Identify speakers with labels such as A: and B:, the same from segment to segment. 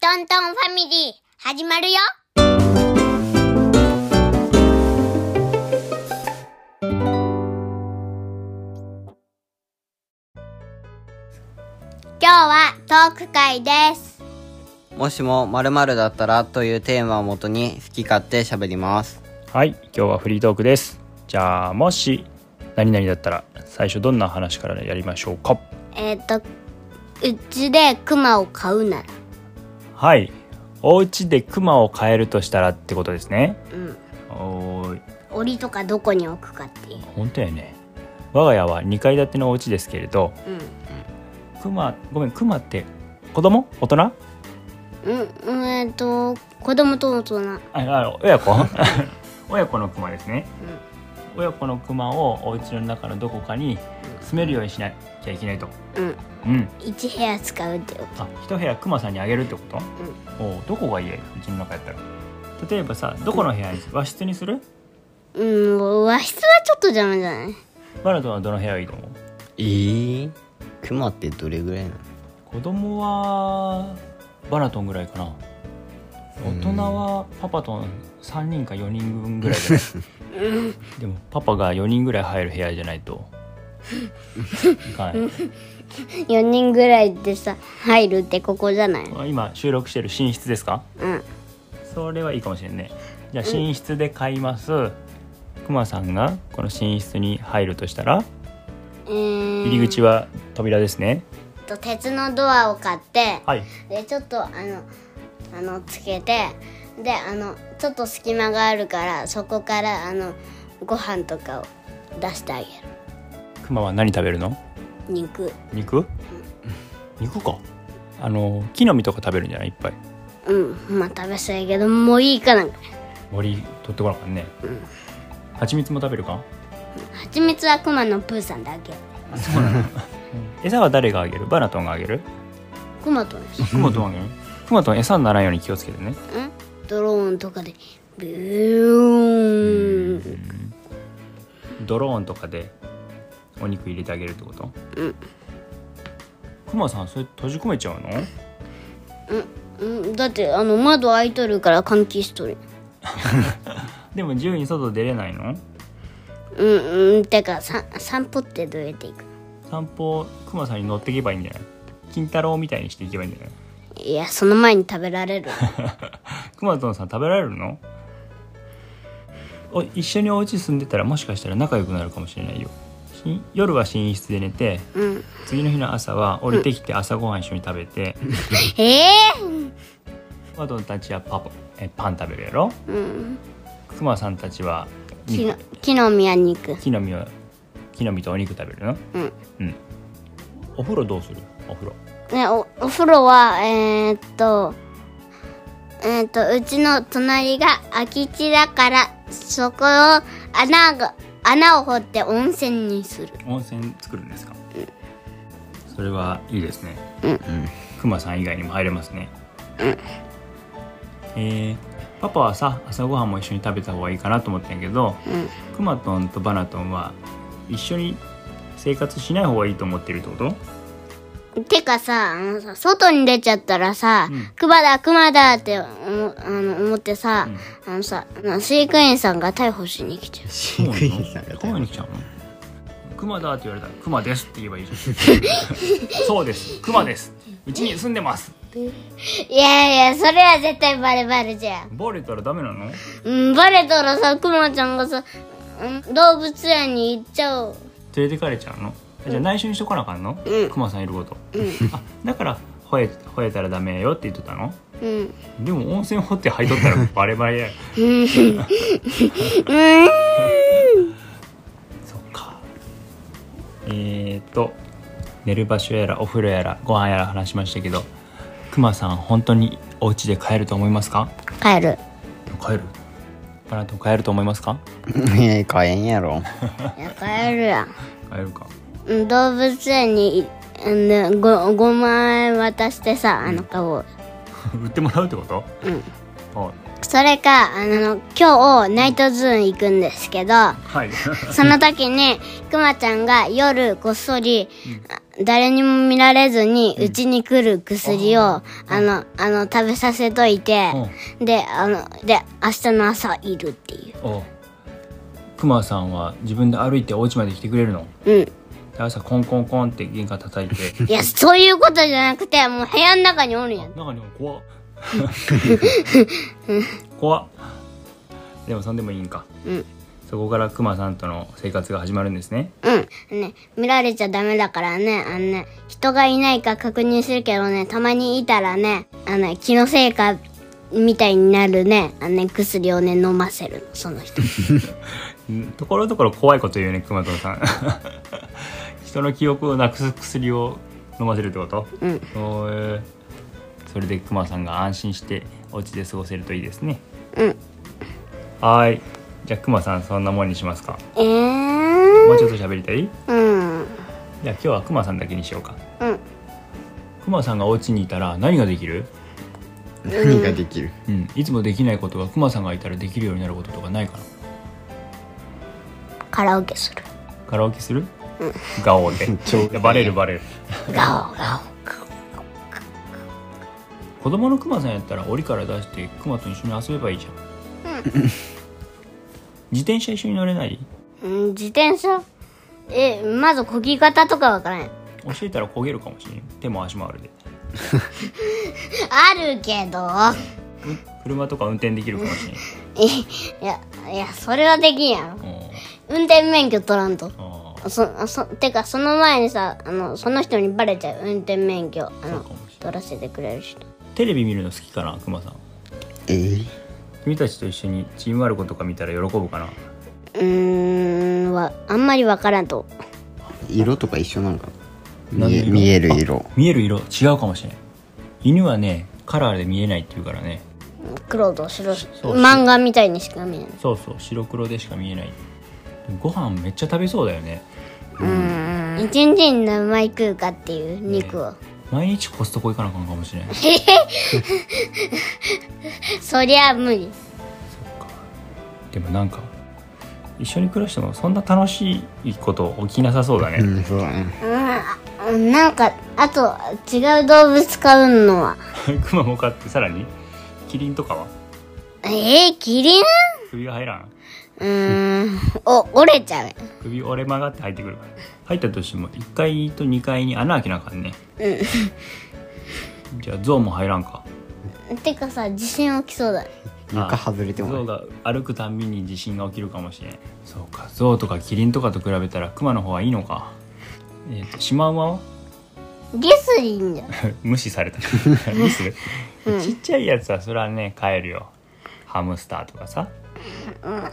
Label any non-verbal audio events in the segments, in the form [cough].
A: トントンファミリー、始まるよ今日はトーク会です。
B: もしも〇〇だったらというテーマをもとに好き勝手喋ります。
C: はい今日はフリートークですじゃあもし何々だったら最初どんな話からやりましょうか
A: えっ、と、うちでクマを飼うなら。
C: はいお家でクマを飼えるとしたらってことですね
A: うん。
C: おーい
A: 檻とかどこに置くかっていう。
C: 本当やね我が家は2階建てのお家ですけれどクマごめんクマって子供大人あ
A: うん。うん、えっ、と、子供と大人。
C: あ親 [laughs] 子親子のクマですね、親子のクマをお家の中のどこかに住めるようにしなきゃいけないと
A: うん。
C: うん
A: 一部屋使うってよ。
C: あ一部屋クマさんにあげるってこと、おうどこがいいうちの中やったら例えばさどこの部屋に和室にする
A: うん、和室はちょっと邪魔じゃない
C: バラドンはどの部屋がいいと思う
B: えー、クマってどれぐらいなの
C: 子供はバラトンぐらいかな大人はパパと3人か4人分ぐらいじゃないでもパパが4人ぐらい入る部屋じゃないといかない
A: 4人ぐらいでさ入るってここじゃない
C: 今収録してる寝室ですか
A: うん
C: それはいいかもしれんねじゃあ寝室で買います、くまさんがこの寝室に入るとしたら
A: えー
C: 入り口は扉ですね、
A: と鉄のドアを買って
C: はい
A: でちょっとあのあのつけてであのちょっと隙間があるからそこからあのご飯とかを出してあげる
C: くまは何食べるの
A: 肉
C: 肉肉かあの木の実とか食べるんじゃないいっぱい
A: うんまあ食べそうやけどもういいかなんか
C: 森取ってこなかったね、蜂蜜も食べるか
A: 蜂蜜はクマのプーさんだけ
C: 餌は誰があげるバナトンがあげる
A: クマとね
C: クマトンあげるクマトン餌にならんように気をつけてね
A: うんドローンとかでビューン
C: ドローンとかでお肉入れてあげるってこと
A: うん
C: クマさんそれ閉じ込めちゃうの
A: うん、だってあの窓開いとるから換気しとる
C: でも自由に外出れないの
A: うんうんてかさ散歩ってどうやっていく
C: 散歩クマさんに乗っていけばいいんじゃない金太郎みたいにしていけばいいんじゃない
A: いやその前に食べら
C: [laughs]
A: れる
C: くまとんさん食べられるのお一緒にお家住んでたらもしかしたら仲良くなるかもしれないよし夜は寝室で寝て
A: うん
C: 次の日の朝は降りてきて朝ごはん一緒に食べて、
A: ええ
C: くまとんたちはパパえパン食べるやろ
A: うん、
C: くまさんたちは
A: 木の木の実は肉
C: 木の実を木の実とお肉食べるの
A: うん
C: うんお風呂どうするお風呂
A: ねおお風呂はえー、っとえー、っとうちの隣が空き地だからそこを穴が穴を掘って温泉にする
C: 温泉作るんですか、それはいいですね
A: うんうん
C: くまさん以外にも入れますね、えーパパはさ朝ごはんも一緒に食べた方がいいかなと思ったんやけど
A: うん
C: くまとんとバナトンは一緒に生活しない方がいいと思ってるってこと
A: てかさ、あのさ、外に出ちゃったらさ、
C: うん
A: クマだ、クマだって思あの思ってさ、あのさ、あの飼育員さんが逮捕しに来ちゃ
B: 飼育員さんが
C: そうなのそうに来ちゃうのクマだって言われたら「クマです」って言えばいいじゃん [laughs] そうですクマですうちに住んでます
A: う。いやいや、それは絶対バレバレじゃん。
C: バレたらダメなの
A: うん、バレたらさ、クマちゃんがさ、うん動物園に行っちゃおう。
C: 連れてかれちゃうのじゃあ内緒にしとかなあかんの、
A: うん
C: クマさんいること、あだから吠え吠えたらダメよって言っとったの
A: うん。
C: でも温泉掘って入っとったらバレバレや
A: うん。
C: そっかえー、っと寝る場所やらお風呂やらご飯やら話しましたけどクマさん本当にお家で帰ると思いますか
A: 帰る。
C: 帰るあなた帰ると思いますか
B: えー、買えんやろ。
A: いや、帰るやん。
C: 帰るか [laughs]
A: うん動物園にい、うんね、ご5万円渡してさ、あの顔を。
C: 売ってもらうってこと
A: うん。
C: はい
A: それかあの今日ナイトズーン行くんですけど
C: [laughs] はい
A: その時にくまちゃんが夜こっそり、誰にも見られずにうちに来る薬を、あのあの食べさせといて、であので明日の朝いるってい
C: おくまさんは自分で歩いてお家まで来てくれるの
A: ううん
C: で朝コンコンコンって玄関叩いて
A: [laughs] いやそういうことじゃなくてもう部屋の中におるやん
C: 中にも
A: [laughs]
C: 怖っ怖っでもそんでもいいんか、
A: うん
C: そこからくまさんとの生活が始まるんですね
A: うん。ね、見られちゃダメだからね、あのね、人がいないか確認するけどね、たまにいたらね、あのね、気のせいかみたいになるね、あのね、薬をね、飲ませるの、その人。
C: うんところどころ怖いこと言うねくまとさん [laughs] 人の記憶をなくす薬を飲ませるってこと
A: うん。
C: おーそれでくまさんが安心してお家で過ごせるといいですね
A: うん
C: はーいじゃあくまさんそんなもんにしますか
A: え
C: もう
A: ー。
C: ちょっと喋りたい
A: うん。うん。
C: じゃあ今日はくまさんだけにしようかくまさんがお家にいたら何ができる
B: [laughs] 何ができる
C: うんいつもできないことがくまさんがいたらできるようになることとかないかな
A: カラオケする。
C: カラオケするガオで
B: ちょ
C: いやバレるバレる
A: ガオガ
C: 子供のクマさんやったら檻から出してクマと一緒に遊べばいいじゃん、自転車一緒に乗れない
A: オ。うん、自転車え、まずこぎ方とかわからん。
C: 教えたら焦げるかもしれん手も足もあるで
A: あるけど。
C: う車とか運転できるかもしれん
A: [laughs]
C: [laughs]
A: いや、いや、それはできんやろ。
C: おー
A: 運転免許取らんと。
C: あー
A: そそてかその前にさあのその人にバレちゃう運転免許あ
C: そう
A: の
C: かもしれ
A: 取らせてくれる人
C: んテレビ見るの好きかなクマさん
B: えー
C: 君たちと一緒にチームワルコとか見たら喜ぶかな
A: うーんわあんまりわからんと
B: 色とか一緒なのかな
C: 何
B: 見え
C: の色
B: 見える色
C: 見える色違うかもしれん犬はねカラーで見えないっていうからね
A: 黒と白し
C: そう
A: 漫画みたいにしか見えない
C: そうそう白黒でしか見えないでもご飯めっちゃ食べそうだよね
A: 一日に何枚食うかっていう肉を、
C: 毎日コストコ行かなあかんかもしれん
A: そりゃ無理
C: でもなんか一緒に暮らしてもそんな楽しいこと起きなさそうだね、
B: うんそうだね
A: うんなんかあと違う動物飼うのは
C: クマも飼ってさらにキリンとかは
A: えー、キリン
C: 首が入らん
A: うーんお折れちゃう
C: 首折れ曲がって入ってくるから入ったとしても1階と2階に穴開けなあかんねじゃあゾウも入らんか
A: てかさ地震起きそうだね
B: 床外れて
C: ゾウ
B: も
C: が歩くたんびに地震が起きるかもしれんそうかゾウとかキリンとかと比べたらクマの方はいいのかえっ、とシマウマは
A: ゲスリンじゃん
C: [laughs] 無視さ [laughs] れたミス、ちっちゃいやつはそれはね飼えるよハムスターとかさ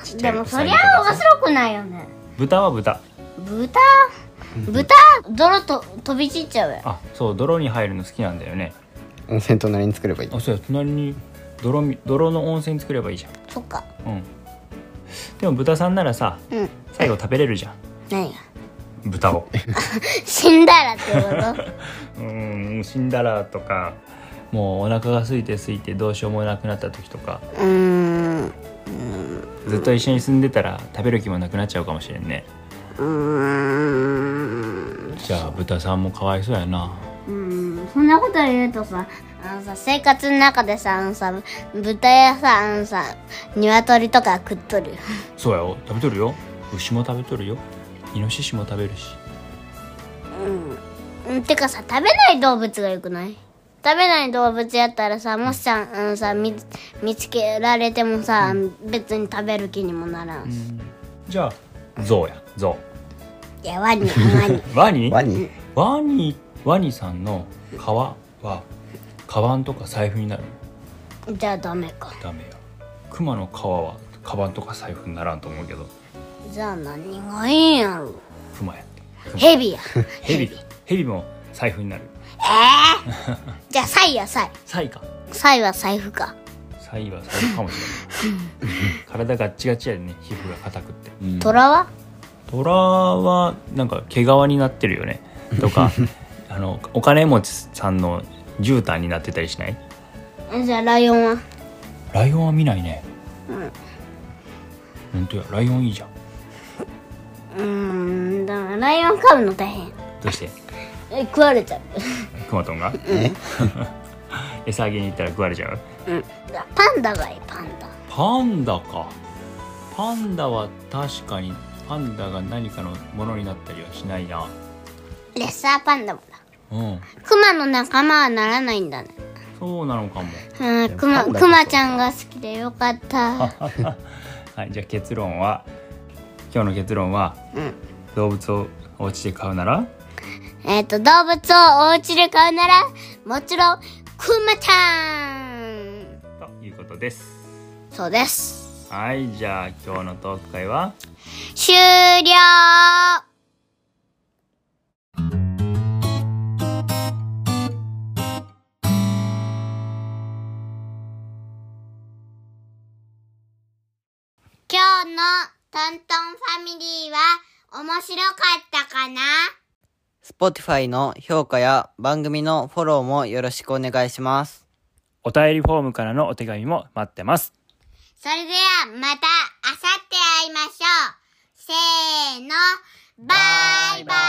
C: ちっちゃ
A: で
C: い
A: も
C: ウ
A: そ
C: サギ
A: り
C: と
A: ゃ
C: かさ
A: 面白くないよね
C: 豚は豚
A: 豚豚泥と飛び散っちゃうよ
C: あそう泥に入るの好きなんだよね
B: 温泉隣に作ればいい
C: あそうや隣に泥み泥の温泉作ればいいじゃ
A: そっか
C: んうんでも豚さんならさ
A: うん
C: 最後食べれるじゃん
A: 何が
C: 豚を
A: 死んだらって
C: [laughs]
A: こ
C: うーん死んだらとかもうお腹が空いて空いてどうしようもなくなった時とか
A: とうーんう
C: ずっと一緒に住んでたら食べる気もなくなっちゃうかもしれんね
A: ーん
C: じゃあ豚さんもかわいそうやな
A: うんそんなこと言うとさあのさ生活の中でさあのさ豚やさあのさ鶏とか食っとるよ
C: そうやよ食べとるよ牛も食べとるよイノシシも食べるし
A: うんてかさ食べない動物がよくない食べない動物やったらさもしさあのさ見見つけられてもさ、別に食べる気にもならんし、
C: じゃあゾウやゾ
A: いやワニワニ
C: ウワニ
B: ワニ
C: ワニワニさんの皮はカバンとか財布になる
A: じゃあダメか
C: ダメよクマの皮はカバンとか財布にならんと思うけど
A: じゃあ何がいいんやろ
C: クマやって
A: ヘビや
C: ヘビヘビも財布になる
A: じゃあサイやサイ
C: サイか
A: サイは財布か
C: サイは財布かもし [laughs] れない体がッチガチやでね皮膚が硬くって、
A: トラは
C: 虎はなんか毛皮になってるよねと [laughs] かあのお金持ちさんの絨毯になってたりしない
A: えじゃあライオンは
C: ライオンは見ないねうん本当やライオンいいじゃん
A: うーんでもライオン飼うの大変
C: どうして
A: え食われちゃう
C: くまとんが [laughs] 餌あげに行ったら食われちゃう
A: パンダがいいパンダ
C: パンダかパンダは確かにパンダが何かのものになったりはしないな
A: レッサーパンダもだ
C: うん
A: クマの仲間はならないんだね
C: そうなのかも
A: うんク
B: パ
A: マ
B: ンダ
A: クマちゃんが好きでよかった
C: [laughs] はいじゃあ結論は今日の結論は、
A: ん
C: 動物をお家で飼うなら
A: えっと動物をお家で飼うならもちろんクマちゃん
C: ということです
A: そうです
C: はいじゃあ今日のトーク会は
A: 終了今日のトントンファミリーは面白かったかな
B: Spotify の評価や番組のフォローもよろしくお願いします。
C: お便りフォームからのお手紙も待ってます
A: それではまたあさって会いましょう。せーの、バイバイ